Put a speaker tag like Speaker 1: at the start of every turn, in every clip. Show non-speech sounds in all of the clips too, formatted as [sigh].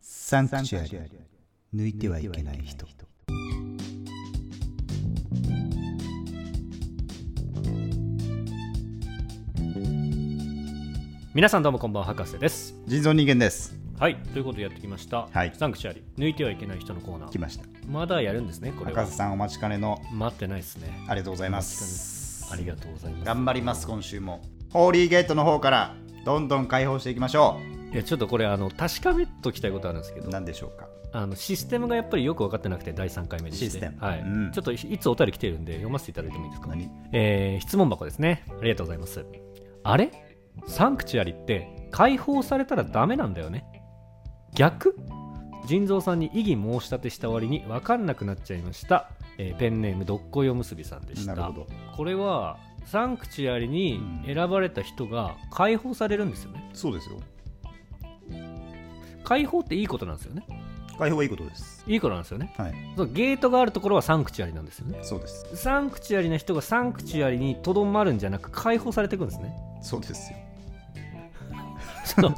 Speaker 1: サンクチュアリ抜いてはいけない人
Speaker 2: 皆さんどうもこんばんは博士です
Speaker 1: 人造人間です
Speaker 2: はいということでやってきました、
Speaker 1: はい
Speaker 2: サンクチュアリ抜いてはいけない人のコーナ
Speaker 1: 来
Speaker 2: ー
Speaker 1: ました
Speaker 2: まだやるんですねこれは
Speaker 1: 博士さんお待ちかねの
Speaker 2: 待ってないですね
Speaker 1: ありがとうございます
Speaker 2: ありがとうございます
Speaker 1: 頑張ります今週もホーリーゲートの方からどんどん解放していきましょ
Speaker 2: いやちょっとこれあの確かめときたいことあるんですけ
Speaker 1: う
Speaker 2: ど
Speaker 1: 何でしょうか
Speaker 2: あのシステムがやっぱりよく分かってなくて第3回目でして
Speaker 1: システム
Speaker 2: はい
Speaker 1: うん
Speaker 2: ちょっといつお便り来てるんで読ませていただいてもいいですか
Speaker 1: 何
Speaker 2: えー質問箱ですねありがとうございますあれサンクチュアリって解放されたらダメなんだよね逆人造さんに異議申し立てした割に分かんなくなっちゃいました、えーペンネームどっこいおむすびさんでした
Speaker 1: なるほど
Speaker 2: これはサンクチュアリに選ばれた人が解放されるんですよね
Speaker 1: そうですよ
Speaker 2: 解放っていいことなんですよね
Speaker 1: 解放はいいことです
Speaker 2: いいことなんですよね
Speaker 1: はい
Speaker 2: そのゲートがあるところはサンクチュアリなんですよね
Speaker 1: そうです
Speaker 2: サンクチュアリな人がサンクチュアリにとどまるんじゃなく解放されていくんですね
Speaker 1: そうですよ
Speaker 2: その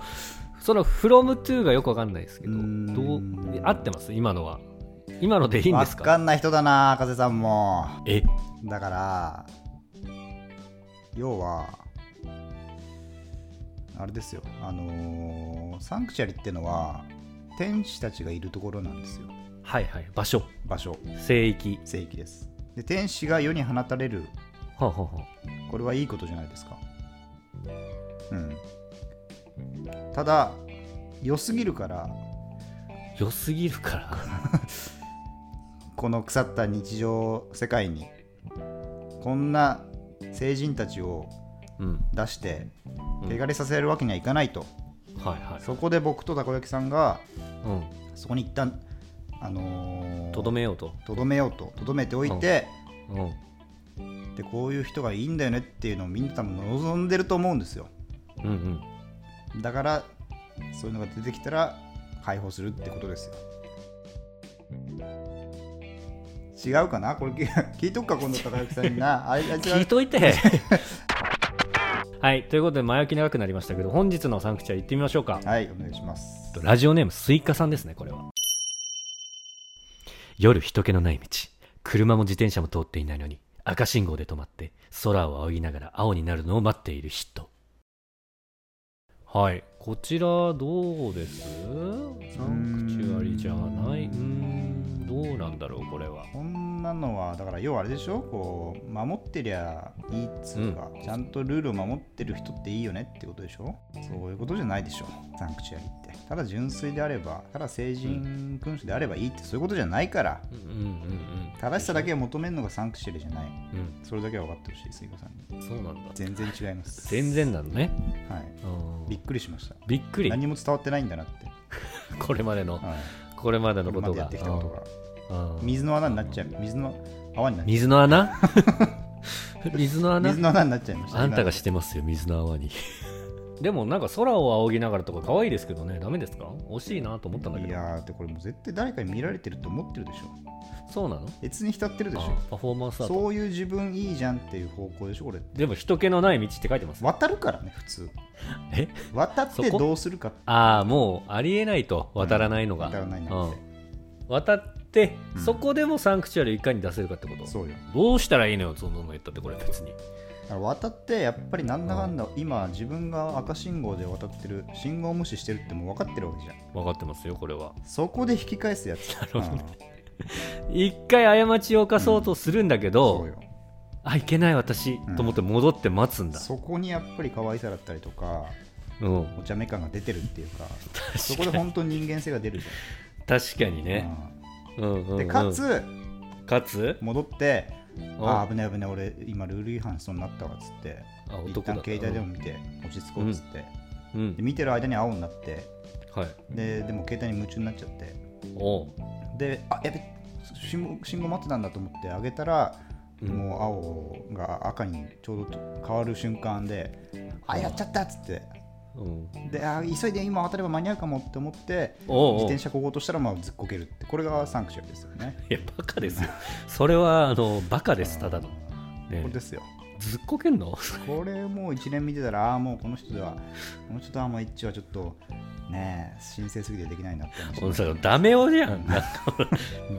Speaker 2: その「from to」がよくわかんないですけど
Speaker 1: うーん
Speaker 2: どうえ合ってます今のは今のでいいんです
Speaker 1: 分
Speaker 2: か
Speaker 1: かんない人だな博士さんも
Speaker 2: え
Speaker 1: だから要はあれですよあのーサンクチュアリってのは天使たちがいるところなんですよ
Speaker 2: はいはい場所
Speaker 1: 場所
Speaker 2: 聖域
Speaker 1: 聖域ですで天使が世に放たれる
Speaker 2: はあ、はあは
Speaker 1: これはいいことじゃないですかうんただ良すぎるから
Speaker 2: あ、良すぎるから
Speaker 1: この腐った日常世界にこんな成人たちを
Speaker 2: うん、
Speaker 1: 出して
Speaker 2: うん
Speaker 1: 汚れさせるわけにはいかないと、
Speaker 2: はいはい
Speaker 1: そこで僕とたこ焼きさんが
Speaker 2: う
Speaker 1: そこに一旦あのー
Speaker 2: んとどめようと、
Speaker 1: とどめようととどめておいて、
Speaker 2: うん、
Speaker 1: でこういう人がいいんだよねっていうのをみんな多分望んでると思うんですよ
Speaker 2: うんうん
Speaker 1: だからそういうのが出てきたら解放するってことですよ違うかなこれ聞い [laughs] 聞いとくか今度高之さんになあいあいつが
Speaker 2: 聞いといてはいということで前置き長くなりましたけど本日のサンクチュアリ行ってみましょうか
Speaker 1: はいお願いします
Speaker 2: ラジオネームスイカさんですねこれは夜人気のない道車も自転車も通っていないのに赤信号で止まって空を仰ぎながら青になるのを待っている人はいこちらどうですサンクチュアリじゃないう
Speaker 1: ー
Speaker 2: うーんどうなんだろうこれは
Speaker 1: こんなのはだから要はあれでしょこう守ってりゃいいっつうか、ちゃんとルールを守ってる人っていいよねってことでしょそういうことじゃないでしょサンクチュアリってただ純粋であればただ成人君主であればいいってそういうことじゃないから
Speaker 2: うんうんうん
Speaker 1: 正しさだけを求めるのがサンクチュアリじゃない
Speaker 2: うん
Speaker 1: それだけは分かってほしい杉子さんに
Speaker 2: うんそうなんだ
Speaker 1: 全然違います
Speaker 2: 全然なのね
Speaker 1: はい
Speaker 2: うん
Speaker 1: びっくりしました
Speaker 2: びっくり
Speaker 1: 何も伝わってないんだなって、
Speaker 2: これまでの
Speaker 1: はい、
Speaker 2: これまで
Speaker 1: こ
Speaker 2: の
Speaker 1: れ
Speaker 2: こ
Speaker 1: ま
Speaker 2: と
Speaker 1: でや
Speaker 2: が
Speaker 1: ってきたことが
Speaker 2: うんうん
Speaker 1: 水の穴になっちゃう水の泡になっちゃ
Speaker 2: 水の [laughs] 穴水の
Speaker 1: う
Speaker 2: 穴
Speaker 1: 水の穴になっちゃいました
Speaker 2: あんたが
Speaker 1: 今
Speaker 2: してますよ水の泡に [laughs] でもなんか空を仰ぎながらとか可愛いですけどねダメですか惜しいなと思ったんだけ
Speaker 1: い
Speaker 2: ど
Speaker 1: やーってこれもう絶対誰かに見られてると思ってるでしょ
Speaker 2: そうなの
Speaker 1: 別に浸ってるでし
Speaker 2: あパフォーマンス
Speaker 1: ょ
Speaker 2: アート
Speaker 1: そういう自分いいじゃんっていう方向でしょこれ
Speaker 2: でも人気のない道って書いてます
Speaker 1: 渡るからね普通
Speaker 2: [laughs] え
Speaker 1: 渡って
Speaker 2: そこ
Speaker 1: どうするかって
Speaker 2: ああもうありえないと渡らないのが、
Speaker 1: 渡らないなんて、
Speaker 2: うん渡って、
Speaker 1: うん
Speaker 2: そこでもサンクチュアリをいかに出せるかってこと
Speaker 1: そうよ
Speaker 2: どうしたらいいのよそんなの言ったってこれ別に
Speaker 1: だから渡ってやっぱりなんだかんだ、今自分が赤信号で渡ってる信号無視してるってもう分かってるわけじゃん
Speaker 2: 分かってますよこれは
Speaker 1: そこで引き返す
Speaker 2: [laughs]
Speaker 1: やつなる
Speaker 2: ほどね一回過ちを犯そうとするんだけど、
Speaker 1: そうよ
Speaker 2: あいけない私、
Speaker 1: うん
Speaker 2: と思って戻って待つんだ
Speaker 1: そこにやっぱり可愛さだったりとか
Speaker 2: うん
Speaker 1: お茶目感が出てるっていう
Speaker 2: [laughs]
Speaker 1: かそこで
Speaker 2: 確かに
Speaker 1: 本当に人間性が出るじ
Speaker 2: 確かに
Speaker 1: ゃん
Speaker 2: ね、うんうん
Speaker 1: う
Speaker 2: う
Speaker 1: ん
Speaker 2: ん
Speaker 1: でかつ
Speaker 2: かつ
Speaker 1: 戻って
Speaker 2: うん
Speaker 1: あー危ない危ない俺今ルール違反しそうになったわっつって
Speaker 2: あ
Speaker 1: 一旦
Speaker 2: だ
Speaker 1: 携帯でも見て落ち着こうっつって、
Speaker 2: うんうん
Speaker 1: で見てる間に青になって
Speaker 2: はい
Speaker 1: ででも携帯に夢中になっちゃって
Speaker 2: おう
Speaker 1: であやべ信号信号待ってたんだと思ってあげたら、
Speaker 2: うん
Speaker 1: もう青が赤にちょうど変わる瞬間であやっちゃったっつって
Speaker 2: うん
Speaker 1: であ急いで今渡れば間に合うかもって思って
Speaker 2: おう
Speaker 1: 自
Speaker 2: おう
Speaker 1: 転車こごうとしたらまあずっこけるってこれがサンクチュアリですよね
Speaker 2: いやバカですよそれはあのバカですただの、
Speaker 1: こ
Speaker 2: ね
Speaker 1: れですよ
Speaker 2: ずっこけんの [laughs]
Speaker 1: これもう一年見てたらああもうこの人ではもうちょっとああもう一丁はちょっとねえ申請すぎてできないなって話
Speaker 2: もうさダメ男じゃんなん [laughs] か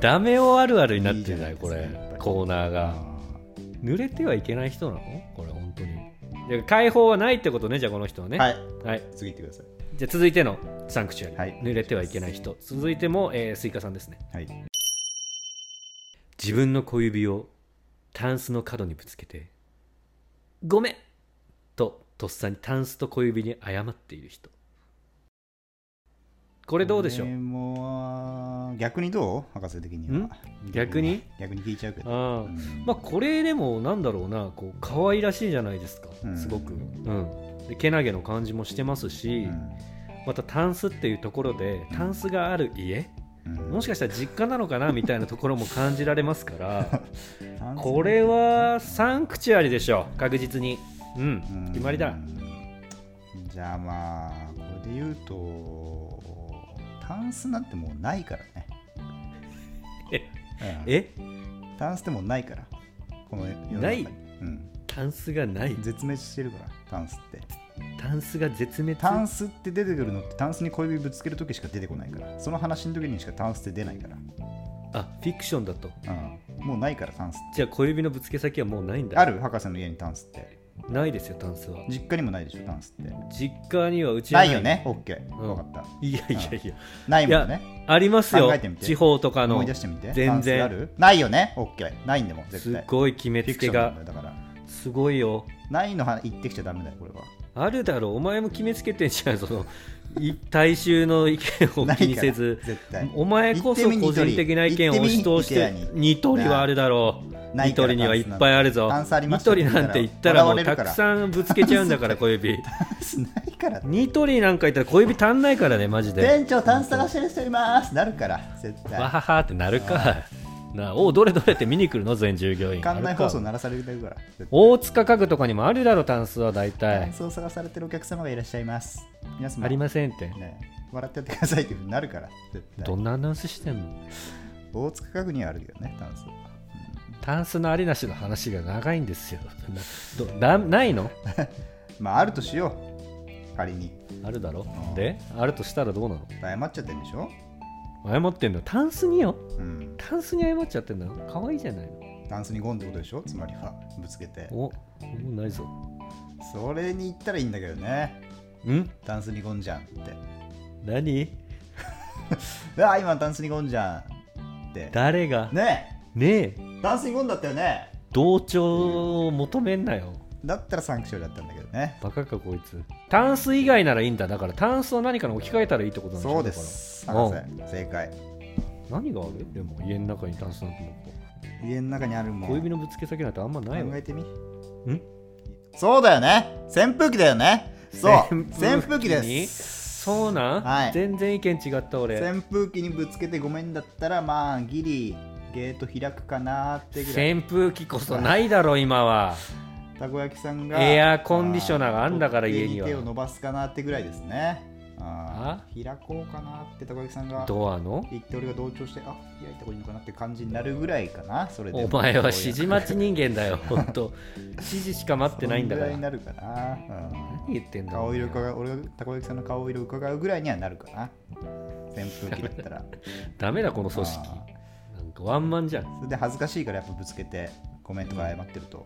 Speaker 2: ダメ男あるあるになってない
Speaker 1: いい
Speaker 2: こ
Speaker 1: じゃない
Speaker 2: れ
Speaker 1: ですかやっぱり
Speaker 2: コーナー
Speaker 1: あ
Speaker 2: が濡れてはいけない人なのこれ本当にで解放はないってことねじゃあこの人は
Speaker 1: ー
Speaker 2: ね
Speaker 1: はい
Speaker 2: はい
Speaker 1: 次行ってください
Speaker 2: じゃあ続いてのサンクチュアリ、
Speaker 1: はい
Speaker 2: 濡れてはいけない人続いても、えースイカさんですね
Speaker 1: はい
Speaker 2: 自分の小指をタンスの角にぶつけて「ごめん!」ととっさにタンスと小指に謝っている人こ
Speaker 1: こ
Speaker 2: れどうでしょう
Speaker 1: れも逆にどう博士的に
Speaker 2: ん
Speaker 1: は
Speaker 2: 逆に
Speaker 1: 逆に聞いちゃうけど
Speaker 2: あ
Speaker 1: う
Speaker 2: ー
Speaker 1: ん
Speaker 2: まあこれでもなんだろうなこう可愛らしいじゃないですか
Speaker 1: うん
Speaker 2: すごく、うん、でけなげの感じもしてますし、またタンスっていうところでタンスがある家
Speaker 1: うんうん
Speaker 2: もしかしたら実家なのかなみたいなところも感じられますから
Speaker 1: タンス
Speaker 2: これはサンクチュアリでしょう確実にうん
Speaker 1: うん
Speaker 2: 決まりだ
Speaker 1: じゃあまあこれで言うとタンスなんてもうないからね
Speaker 2: え
Speaker 1: うん
Speaker 2: え
Speaker 1: タンスってもうないからこの世の中に
Speaker 2: ない
Speaker 1: うん、
Speaker 2: タンスがない
Speaker 1: 絶滅してるからタンスって
Speaker 2: タンスが絶滅
Speaker 1: タンスって出てくるのってタンスに小指ぶつける時しか出てこないからその話の時にしかタンスって出ないから、
Speaker 2: あフィクションだと
Speaker 1: うん、もうないからタンス
Speaker 2: じゃあ小指のぶつけ先はもうないんだ
Speaker 1: ある博士の家にタンスって
Speaker 2: ないですよタンスは
Speaker 1: 実家にもないでしょタンスって
Speaker 2: 実家にはうちは
Speaker 1: ないよねオッケー
Speaker 2: うん
Speaker 1: 分かった
Speaker 2: いやいやいや
Speaker 1: ないもんね
Speaker 2: ありますよ
Speaker 1: 考えてみて
Speaker 2: 地方とかの
Speaker 1: 思い出してみて
Speaker 2: 全
Speaker 1: タンスあ
Speaker 2: 然
Speaker 1: るないよねオッケーないんでもん絶
Speaker 2: す
Speaker 1: 対
Speaker 2: ごい決め
Speaker 1: フィ
Speaker 2: つ
Speaker 1: クシ
Speaker 2: け
Speaker 1: ョンなん
Speaker 2: が
Speaker 1: だよだから
Speaker 2: すごいよ
Speaker 1: ないのは言ってきちゃダメだよこれは
Speaker 2: あるだろうお前も決めつけてんじゃんそのい大衆の意見を気にせず
Speaker 1: ないから絶対
Speaker 2: お前こそ個人的な意見を押し通し
Speaker 1: 行っててみ行ってみ
Speaker 2: ニトリはあるだろう
Speaker 1: ない
Speaker 2: ニ
Speaker 1: か
Speaker 2: ト
Speaker 1: ら
Speaker 2: リにはいっぱいあるぞ
Speaker 1: タンスありま
Speaker 2: ニ
Speaker 1: した
Speaker 2: ト
Speaker 1: って
Speaker 2: リ
Speaker 1: 言ったら
Speaker 2: なんて言
Speaker 1: 笑われる
Speaker 2: ったらもうた
Speaker 1: から
Speaker 2: くさんぶつけちゃうんだから小指
Speaker 1: タンス [laughs] ないから
Speaker 2: ニトリなんか言ったら小指足んないからねマジで
Speaker 1: 店長タンス探してる人いますなるから絶
Speaker 2: わ
Speaker 1: 対
Speaker 2: ははってなるかなあおうどれどれって見に来るの全従業員
Speaker 1: 館内
Speaker 2: なるか
Speaker 1: 放送鳴らされてるから絶対
Speaker 2: 大塚家具とかにもあるだろタンスは大
Speaker 1: タ
Speaker 2: 体
Speaker 1: ンスを探されてるお客様がいらっしゃいます皆様
Speaker 2: ありませんって
Speaker 1: ね笑ってやってくださいっていうふうになるから絶対
Speaker 2: どんなアナウンスしてんの
Speaker 1: 大塚家具にはあるけどねタンス
Speaker 2: タンスのありなしの話が長いんですよどなないの
Speaker 1: まああるとしよう仮に
Speaker 2: あるだろ
Speaker 1: うん
Speaker 2: であるとしたらどうなの
Speaker 1: 謝っちゃってるんでしょ
Speaker 2: 謝ってんのタンスによ
Speaker 1: うん
Speaker 2: タンスに謝っちゃってんの可愛いじゃないの
Speaker 1: タンスにゴンってことでしょつまりはぶつけて
Speaker 2: おもうないぞ
Speaker 1: それに言ったらいいんだけどね
Speaker 2: ん
Speaker 1: ダンスにゴンじゃんって
Speaker 2: 何
Speaker 1: うわ今のダンスにゴンじゃんって
Speaker 2: 誰が
Speaker 1: ね
Speaker 2: ねえ
Speaker 1: えダンスにゴンだったよね
Speaker 2: 同調を求めんなよ
Speaker 1: だったらサンクションだったんだけどね
Speaker 2: バカかこいつタンス以外ならいいんだだからタンスを何かに置き換えたらいいってことなんでしょ
Speaker 1: そうです
Speaker 2: だから
Speaker 1: 博士正解
Speaker 2: だから何があるでも家の中にタンスなんても
Speaker 1: 家の中にある
Speaker 2: う
Speaker 1: もん
Speaker 2: 小指のぶつけ先なんてあんまない
Speaker 1: 考
Speaker 2: わ
Speaker 1: えてみ
Speaker 2: ん
Speaker 1: そうだよね扇風機だよねそう
Speaker 2: 扇
Speaker 1: 扇
Speaker 2: 風
Speaker 1: 風
Speaker 2: 機
Speaker 1: 機
Speaker 2: に
Speaker 1: です
Speaker 2: そうなん、
Speaker 1: はい
Speaker 2: 全然意見違った俺
Speaker 1: 扇風機にぶつけてごめんだったらまあギリゲート開くかなーってぐらい
Speaker 2: 扇風機こそないだろ今は
Speaker 1: たこ焼きさんが
Speaker 2: エアコンディショナーがあんだから
Speaker 1: あー
Speaker 2: 家には
Speaker 1: 手を伸ばすかなってぐらいですねあー開こうかなってたこ焼きさんが
Speaker 2: ドアの
Speaker 1: 言って俺が同調してあ開いた方がいいのかなって感じになるぐらいかなそれで
Speaker 2: お前は指示待ち人間だよ本当指示しか待ってないんだか
Speaker 1: そ
Speaker 2: ら
Speaker 1: ぐら
Speaker 2: 何
Speaker 1: いになるかな、うん
Speaker 2: 言ってんだ
Speaker 1: 顔色うかが俺がたこ焼きさんの顔色を伺うぐらいにはなるかな扇風機だった
Speaker 2: [laughs]
Speaker 1: ら
Speaker 2: ダメだこの組織
Speaker 1: あ
Speaker 2: なんかワンマンじゃん、
Speaker 1: それで恥ずかしいからやっぱぶつけてコメントが謝ってると、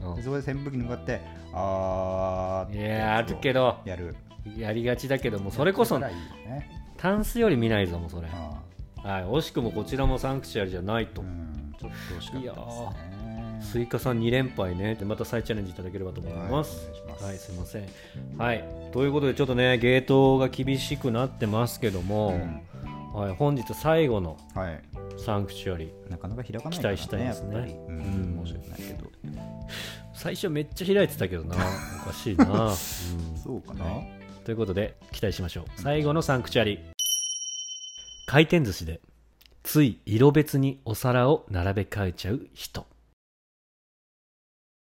Speaker 2: うん
Speaker 1: でそこで扇風機に向かってあーって
Speaker 2: いやあるけ
Speaker 1: ど
Speaker 2: ど
Speaker 1: やる
Speaker 2: やりがちだけどもそれこそ
Speaker 1: やったらいいよね
Speaker 2: タンスより見ないぞもうそれ、
Speaker 1: あ
Speaker 2: はい、惜しくもこちらもサンクチュアリじゃない
Speaker 1: ー
Speaker 2: と、
Speaker 1: うんちょっと惜しかったです
Speaker 2: ス
Speaker 1: ね
Speaker 2: イカさん2連敗ねでまた再チャレンジいただければと思います
Speaker 1: はいお願いします
Speaker 2: はい、すいませんはいということでちょっとねゲートが厳しくなってますけども、はい、本日最後の
Speaker 1: うんはい
Speaker 2: サンクチュアリ
Speaker 1: なかなか開かない
Speaker 2: 期
Speaker 1: からね
Speaker 2: 待したいですね
Speaker 1: やっぱりう
Speaker 2: うん
Speaker 1: ん、申し訳ないけど
Speaker 2: 最初めっちゃ開いてたけどなおかしいな、 [laughs] うん
Speaker 1: そうかな、
Speaker 2: はということで期待しましょう最後のサンクチュアリ回転寿司でつい色別にお皿を並べ替えちゃう人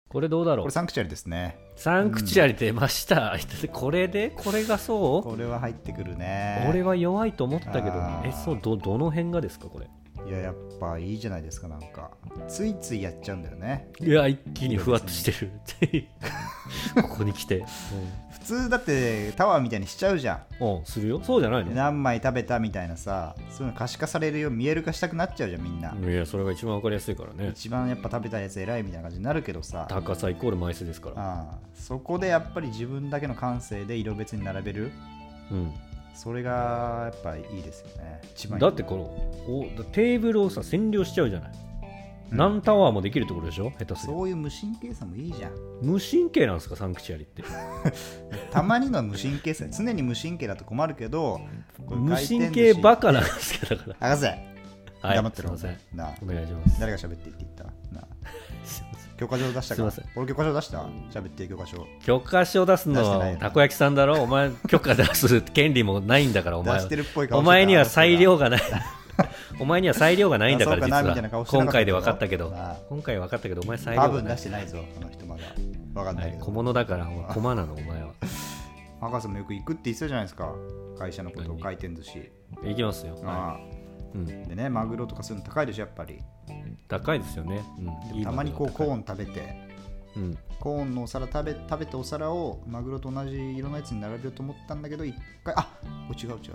Speaker 2: これどうだろ
Speaker 1: こ
Speaker 2: う
Speaker 1: れサンクチュアリですね
Speaker 2: サンクチュアリ出ました、 [laughs] これでこれがそう
Speaker 1: これは入ってくるね
Speaker 2: 俺は弱いと思ったけどね
Speaker 1: あー
Speaker 2: えそうどどの辺がですかこれ
Speaker 1: いややっぱいいじゃないですかなんかついついやっちゃうんだよね
Speaker 2: いや一気にふわっとしてるっていう [laughs] ここに来て
Speaker 1: 普通だってタワーみたいにしちゃうじゃ
Speaker 2: [laughs] うん、うん、するよそうじゃない
Speaker 1: ん
Speaker 2: の
Speaker 1: 何枚食べたみたいなさそういうの可視化されるよ見える化したくなっちゃうじゃんみんな、
Speaker 2: いやそれが一番わかりやすいからね
Speaker 1: 一番やっぱ食べたやつ偉いみたいな感じになるけどさ
Speaker 2: 高さイコール枚数ですから
Speaker 1: ああそこでやっぱり自分だけの感性で色別に並べる
Speaker 2: うん
Speaker 1: それがやっぱいいですよね一番いい
Speaker 2: だってこのおだテーブルをさ占領しちゃうじゃない、
Speaker 1: うん
Speaker 2: 何タワーもできるところでしょ下手すりゃ
Speaker 1: そういう無神経さもいいじゃん
Speaker 2: 無神経なんですかサンクチュアリって
Speaker 1: たまにの無神経さ常に無神経だと困るけどこういう
Speaker 2: 無
Speaker 1: 回転寿
Speaker 2: 神
Speaker 1: 司
Speaker 2: 経バカなんですけどだか
Speaker 1: 博士
Speaker 2: ら、はい、
Speaker 1: 黙って
Speaker 2: すい
Speaker 1: ろ
Speaker 2: ません
Speaker 1: なあ
Speaker 2: お願いします
Speaker 1: 誰が喋っていいって言ったな
Speaker 2: [laughs]
Speaker 1: あ
Speaker 2: すいません
Speaker 1: 許可状出した
Speaker 2: すい
Speaker 1: か
Speaker 2: ません
Speaker 1: 俺許可状出した喋っていい許可状
Speaker 2: 許可書出すの
Speaker 1: 出してない
Speaker 2: は
Speaker 1: の
Speaker 2: たこ焼きさんだろ
Speaker 1: [laughs]
Speaker 2: お前許可出す権利もないんだからお
Speaker 1: 出
Speaker 2: 前
Speaker 1: してるっぽい顔
Speaker 2: お
Speaker 1: してた
Speaker 2: 前には裁
Speaker 1: [laughs]
Speaker 2: 量がないお前には裁量がないんだから
Speaker 1: 出そう
Speaker 2: 実
Speaker 1: かなみたいな顔
Speaker 2: は
Speaker 1: してなか
Speaker 2: 今
Speaker 1: った
Speaker 2: 回
Speaker 1: け
Speaker 2: で
Speaker 1: ど
Speaker 2: 分かったけど
Speaker 1: ああ
Speaker 2: 今回分かったけどお前裁量
Speaker 1: 多
Speaker 2: が
Speaker 1: 分
Speaker 2: な
Speaker 1: 出
Speaker 2: い
Speaker 1: してないぞこの人まだわかんな
Speaker 2: はいい
Speaker 1: けど、
Speaker 2: 小物だからお前駒なのお前は
Speaker 1: 博士もよく行くって言ってたじゃないですか会社のことを
Speaker 2: 何
Speaker 1: 回転寿司
Speaker 2: いきますよ、は
Speaker 1: あ
Speaker 2: いうん、
Speaker 1: あでねマグロとかそういうの高いでしょやっぱり
Speaker 2: 高いですよね、うんいい
Speaker 1: たまにこうコー
Speaker 2: ン、
Speaker 1: ン食べて
Speaker 2: うん、
Speaker 1: コーンのお皿食べ食べてお皿をマグロと同じ色のやつに並べようと思ったんだけど一回あこれ違う違うっつっ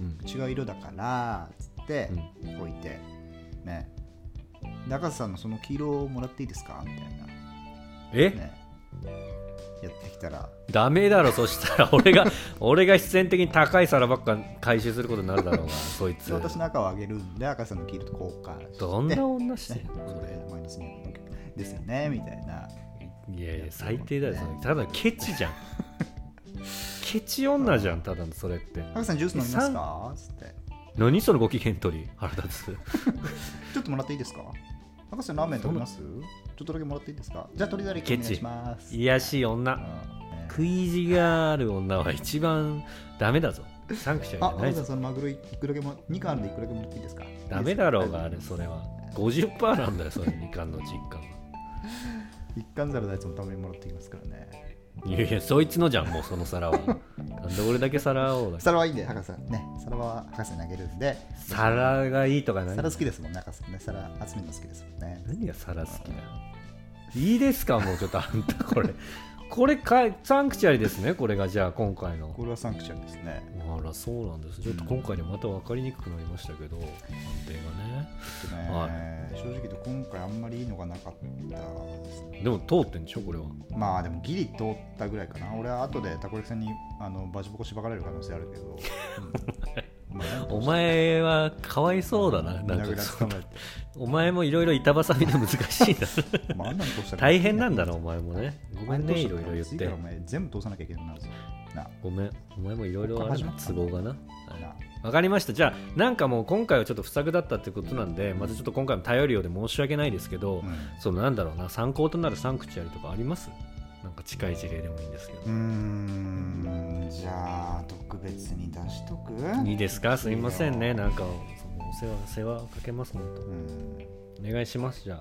Speaker 2: うん
Speaker 1: て違う色だからっつって
Speaker 2: うん
Speaker 1: 置いて、ね中瀬さんのその黄色をもらっていいですかみたいな
Speaker 2: え、
Speaker 1: ねやってきたら
Speaker 2: ダメだろそしたら俺が俺が必然的に高い皿ばっか回収することになるだろうがそい
Speaker 1: で
Speaker 2: つ
Speaker 1: 私の赤をあげるんで赤瀬さんの黄色と交換して
Speaker 2: どんな女してん
Speaker 1: ね
Speaker 2: の
Speaker 1: こ
Speaker 2: それ
Speaker 1: れマイナス2ですよねみたいない
Speaker 2: やいや最低だよそれただのケチじゃんケチ女じゃんただのそれって
Speaker 1: 赤瀬さんジュース飲みますかっつって
Speaker 2: 何そのご機嫌取り腹立つ
Speaker 1: ちょっともらっていいですか博士ラーメン食べますちょっとだけもらっていいですかじゃあ鳥だりお願いします。
Speaker 2: 癒やしい女
Speaker 1: うんね
Speaker 2: 食い意地がある女は一番ダメだぞサンクチュ
Speaker 1: あ、
Speaker 2: アリ
Speaker 1: 博士
Speaker 2: じゃないぞ
Speaker 1: そのマグロいくらだけも、2貫あるんでいくらだけもらっていいですか
Speaker 2: ダメだろうがあ
Speaker 1: る
Speaker 2: れそれは50%なんだよそれみかんの実家は
Speaker 1: 一貫皿のやつもたまにもらってきますからね。
Speaker 2: いやいや、そいつのじゃん、もうその皿 [laughs] は。なんで俺だけ皿をだ
Speaker 1: 皿はいいんで、博士さんね。皿は博士にあげるんで、
Speaker 2: 皿がいいとか何
Speaker 1: 皿好きですもんね、博士ね。皿集めるの好きですもんね。
Speaker 2: 何が皿好きだいいですか、もうちょっとあんた、これ。 [laughs] これか、サンクチュアリですね、これが、じゃあ今回の
Speaker 1: こ。れはサンクチュアリですね。
Speaker 2: あら、そうなんです。ちょっと今回でまた分かりにくくなりましたけど、判定
Speaker 1: ちょっとね
Speaker 2: は
Speaker 1: 正直言うと今回あんまりいいのがなかったですね
Speaker 2: がね。でも通ってんでしょ、これは。
Speaker 1: まあでもギリ通ったぐらいかな。俺は後でタコリキさんにあのバチボコしばかれる可能性あるけど。うんまあ [laughs]
Speaker 2: お前はかわいそうだな、なん
Speaker 1: 殴
Speaker 2: からそ
Speaker 1: つか
Speaker 2: う
Speaker 1: まえ
Speaker 2: お前もいろいろ板挟みで難しい [laughs] な。
Speaker 1: て。まああんなの通したら
Speaker 2: 大変なんだな、お前もね。ごめんね、いろいろ言っ
Speaker 1: 次か
Speaker 2: て
Speaker 1: らお。前全部通さなきゃいけないんだぞ。な、
Speaker 2: ごめん、お前もいろいろある
Speaker 1: ここ
Speaker 2: な
Speaker 1: から始
Speaker 2: 都
Speaker 1: ま
Speaker 2: 合がな。
Speaker 1: な。
Speaker 2: わかりました、じゃあ、なんかもう今回はちょっと不作だったってことなんで、またちょっと今回も頼るようで申し訳ないですけど、
Speaker 1: う
Speaker 2: そのなんだろうな、参考となるサンクチュアリとかありますなんか近い事例でもいいんですけど。
Speaker 1: ん。うーん、じゃあ特別に出しとく
Speaker 2: いいですか、すいません
Speaker 1: い
Speaker 2: ね、
Speaker 1: いよ
Speaker 2: なんかそのお世話、世話かけます、本当。
Speaker 1: うん
Speaker 2: お願いします、じゃ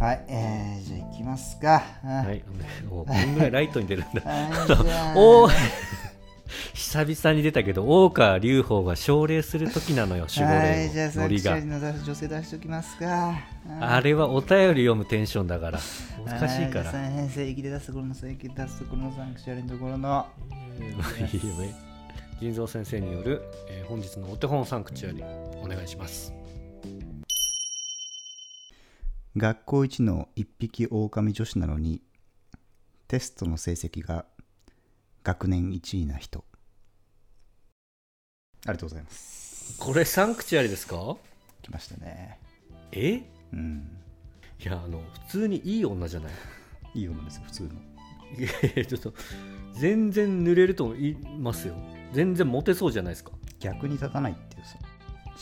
Speaker 1: はい、えー、じゃあ行きますか。
Speaker 2: あ。はい、おこんぐらいライトに出るんだ。
Speaker 1: はいじゃあ
Speaker 2: おー久々に出たけど、大川隆法が奨励する時なのよ、守護
Speaker 1: はい、じゃあ
Speaker 2: 霊のノ
Speaker 1: サンク
Speaker 2: リ
Speaker 1: チュア
Speaker 2: が
Speaker 1: リ。の女性出しときますか。
Speaker 2: あれはお便り読むテンションだから難し
Speaker 1: あ
Speaker 2: いか
Speaker 1: ーじゃあ
Speaker 2: ら。
Speaker 1: 三正義で出すところの正義で出すところのサンクチュアリのところの。
Speaker 2: [laughs] いいよね。腎臓先生による、えー本日のお手本サンクチュアリお願いします。
Speaker 1: 学校一の一匹狼女子なのに、テストの成績が学年1位な人。ありがとうございます。
Speaker 2: これサンクチュアリですか？
Speaker 1: 来ましたね。
Speaker 2: え？い
Speaker 1: うん。
Speaker 2: やあの普通にいい女じゃない。
Speaker 1: いいようなんですよ、普通の。
Speaker 2: いやいやちょっと全然濡れると思いますよ。全然モテそうじゃないですか。
Speaker 1: 逆に立たないっていうさ。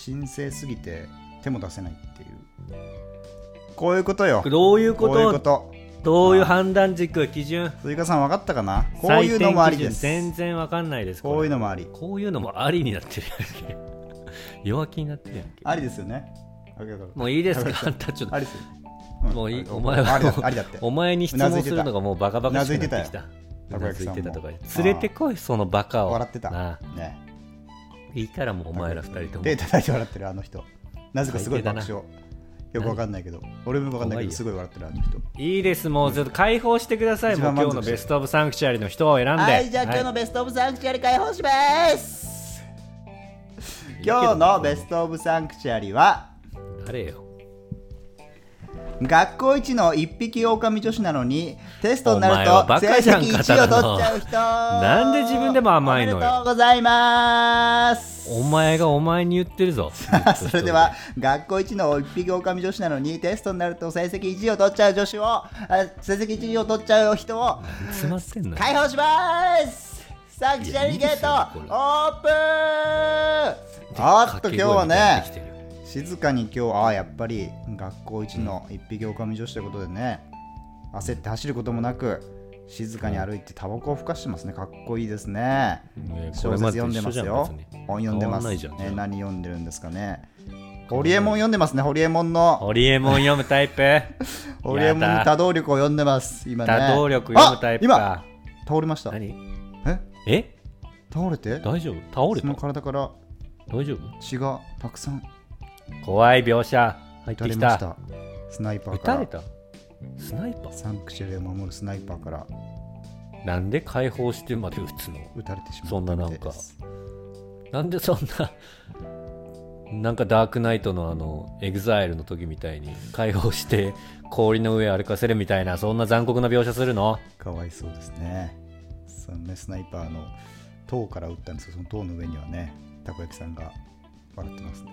Speaker 1: 神聖すぎて手も出せないっていう。こういうことよ。
Speaker 2: どういうこ？
Speaker 1: ことういうこと。
Speaker 2: どういう判断軸基準？
Speaker 1: スイカさん分かったかなこういうのもありで
Speaker 2: 採点基準全
Speaker 1: す。
Speaker 2: 然わかんないです。
Speaker 1: こういう
Speaker 2: の
Speaker 1: のもあり。
Speaker 2: こういうのもありになってるやんけ。弱気になってるやんけ。
Speaker 1: ありですよね。ありがとう
Speaker 2: もういいですか？あんたちょっと
Speaker 1: ありですよ。ん
Speaker 2: もういい
Speaker 1: あり
Speaker 2: お前は
Speaker 1: ありだありだって。
Speaker 2: お前に質問するのがもうバカバカしくなってきた。う
Speaker 1: う
Speaker 2: な
Speaker 1: なず
Speaker 2: ず
Speaker 1: い
Speaker 2: いて
Speaker 1: て
Speaker 2: た
Speaker 1: た
Speaker 2: と
Speaker 1: よ
Speaker 2: か連れてこいそのバカを
Speaker 1: 笑ってた
Speaker 2: なあ
Speaker 1: ね。
Speaker 2: いいからもうお前ら二人とも
Speaker 1: 手叩いて笑ってるあの人なぜかすごい爆笑
Speaker 2: 最
Speaker 1: よくわかんないけど俺もわかんないけ
Speaker 2: 怖いよ
Speaker 1: どすごい笑ってるあの人
Speaker 2: いいですもうちょっと解放してください
Speaker 1: 一
Speaker 2: もう
Speaker 1: 番
Speaker 2: 今
Speaker 1: 満足
Speaker 2: 日のベスト・オブ・サンクチュアリの人を選んで
Speaker 1: はいじゃあ今日
Speaker 2: は
Speaker 1: の
Speaker 2: い
Speaker 1: ベストオブサンクチュアリ解放します今日のベストオブサンクチュアリは
Speaker 2: 誰よ
Speaker 1: 学校一の一匹狼女子なのにテストになる
Speaker 2: お前は
Speaker 1: と
Speaker 2: バ
Speaker 1: 成
Speaker 2: カじゃ
Speaker 1: 績
Speaker 2: ん
Speaker 1: 1を取っち
Speaker 2: 刀の
Speaker 1: ゃう人
Speaker 2: なんで自分でも甘いのよ
Speaker 1: おめでとうございます
Speaker 2: お前がお前に言ってるぞ
Speaker 1: [laughs] [laughs] それでは学校一の一匹狼女子なのにテストになると成績1を取っちゃう女子をあ成績1を取っちゃう人を
Speaker 2: 詰まってんのよ
Speaker 1: 解放しますサンクチュアリゲート
Speaker 2: いやいいですよこれ
Speaker 1: オープンあっと今日は
Speaker 2: 掛け声みたいになってきて
Speaker 1: ね
Speaker 2: るよ
Speaker 1: 静かに今日ああやっぱり学校一の一匹狼女子ということでね焦って走ることもなく静かに歩いてタバコをふかしてますねかっこいいですね
Speaker 2: ねこ
Speaker 1: 小
Speaker 2: れ
Speaker 1: 説
Speaker 2: まず
Speaker 1: 読んでます
Speaker 2: 一緒じゃん
Speaker 1: よ
Speaker 2: 別に
Speaker 1: 本読んでま
Speaker 2: 変わんな
Speaker 1: す
Speaker 2: いじゃんじゃ
Speaker 1: ね
Speaker 2: あ
Speaker 1: 何読んでるんですかねホリエモン読んでますねホリエモンの
Speaker 2: ホリエモン読むタイプ
Speaker 1: [laughs] ホリエモンの多動力を読んでます今ね
Speaker 2: 多動力読むタイプ
Speaker 1: あ今
Speaker 2: か
Speaker 1: 倒れましたえ
Speaker 2: 何え
Speaker 1: 倒れて
Speaker 2: 大丈夫
Speaker 1: そ
Speaker 2: 倒れ
Speaker 1: の
Speaker 2: た
Speaker 1: 体から
Speaker 2: 大丈夫
Speaker 1: 血がたくさん
Speaker 2: 怖い描写入
Speaker 1: 撃
Speaker 2: っ
Speaker 1: た
Speaker 2: て
Speaker 1: れ
Speaker 2: き
Speaker 1: ましたたスナイパ
Speaker 2: 撃
Speaker 1: ーか
Speaker 2: たれ
Speaker 1: ら
Speaker 2: たスナイパー
Speaker 1: サンクチュアリを守るスナイパーから
Speaker 2: なんで解放してまで撃つの
Speaker 1: 撃たれてしまった
Speaker 2: そんななんか
Speaker 1: みたいです
Speaker 2: なんでそんななんかダークナイトのあのエグザイルの時みたいに解放して氷の上歩かせるみたいなそんな残酷な描写するの
Speaker 1: かわいそうですねそのねスナイパーの塔から撃ったんですけどその塔の上にはねたこ焼きさんが笑ってますね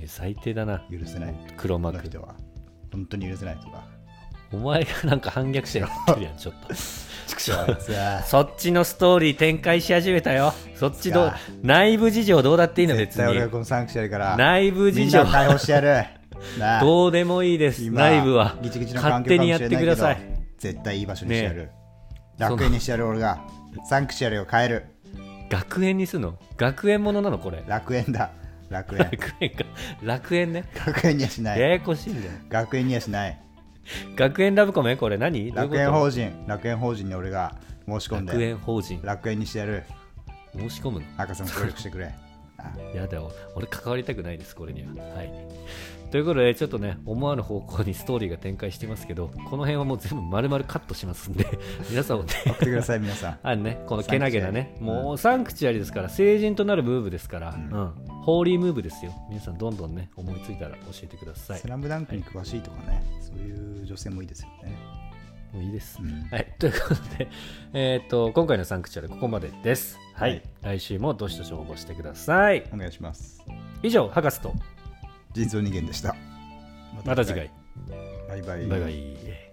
Speaker 2: うん最低だな
Speaker 1: 許せない
Speaker 2: 黒
Speaker 1: この
Speaker 2: 幕
Speaker 1: 人は本当に許せないとか
Speaker 2: お前がなんか反逆者やってるやんちょっと
Speaker 1: 畜生 [laughs] あいつは
Speaker 2: そっちのストーリー展開し始めたよそっちどう
Speaker 1: さ
Speaker 2: 内部事情どうだっていいの
Speaker 1: 絶
Speaker 2: 別
Speaker 1: 対俺が
Speaker 2: に
Speaker 1: このサンクチュアリから
Speaker 2: 内
Speaker 1: み
Speaker 2: 部事
Speaker 1: んな
Speaker 2: 情
Speaker 1: を解放してやるなあ
Speaker 2: どうでもいいです
Speaker 1: 今
Speaker 2: 内部は
Speaker 1: ギチギチの環境
Speaker 2: 勝手
Speaker 1: かも
Speaker 2: に
Speaker 1: しれ
Speaker 2: や
Speaker 1: な
Speaker 2: っ
Speaker 1: い
Speaker 2: て
Speaker 1: けど
Speaker 2: ください
Speaker 1: 絶対いい場所にしてやる、
Speaker 2: その
Speaker 1: 楽園にしてやる俺がサンクチュアリを変える
Speaker 2: 学園にすんの学園ものなのこれ
Speaker 1: 楽園だ楽園
Speaker 2: 楽園か楽園ね
Speaker 1: 楽園にはしな
Speaker 2: や
Speaker 1: い
Speaker 2: やこしいんだよ
Speaker 1: 学園にはしない
Speaker 2: 学園ラブコメこれ何どういう
Speaker 1: 楽
Speaker 2: こと
Speaker 1: 園法人楽園法人に俺が申し込ん
Speaker 2: 楽
Speaker 1: で
Speaker 2: 園法人
Speaker 1: 楽園にしてやる
Speaker 2: 申し込むの
Speaker 1: 博士も協力して
Speaker 2: [laughs]
Speaker 1: くれあ
Speaker 2: やだよ俺関わりたくないですこれにははいということでちょっとね思わぬ方向にストーリーが展開してますけどこの辺はもう全部丸々カットしますんで皆さんもね
Speaker 1: 送ってください皆さん
Speaker 2: あのねこのけなげなね
Speaker 1: サンクチュアリ
Speaker 2: もうサンクチュアリですから成人となるムーブですから、うんホーリームーブですよ皆さんどんどんね思いついたら教えてください
Speaker 1: スラムダンクに詳しいとかね、そういう女性もいいですよね。
Speaker 2: もういいです、
Speaker 1: うん
Speaker 2: はい、ということで、えー、と今回のサンクチュアルここまでです、はい
Speaker 1: はい
Speaker 2: 来週もどしどし応募してください
Speaker 1: お願いします。
Speaker 2: 以上博士と
Speaker 1: 人造人間でした。
Speaker 2: また次回
Speaker 1: バイバイ。
Speaker 2: バイバイ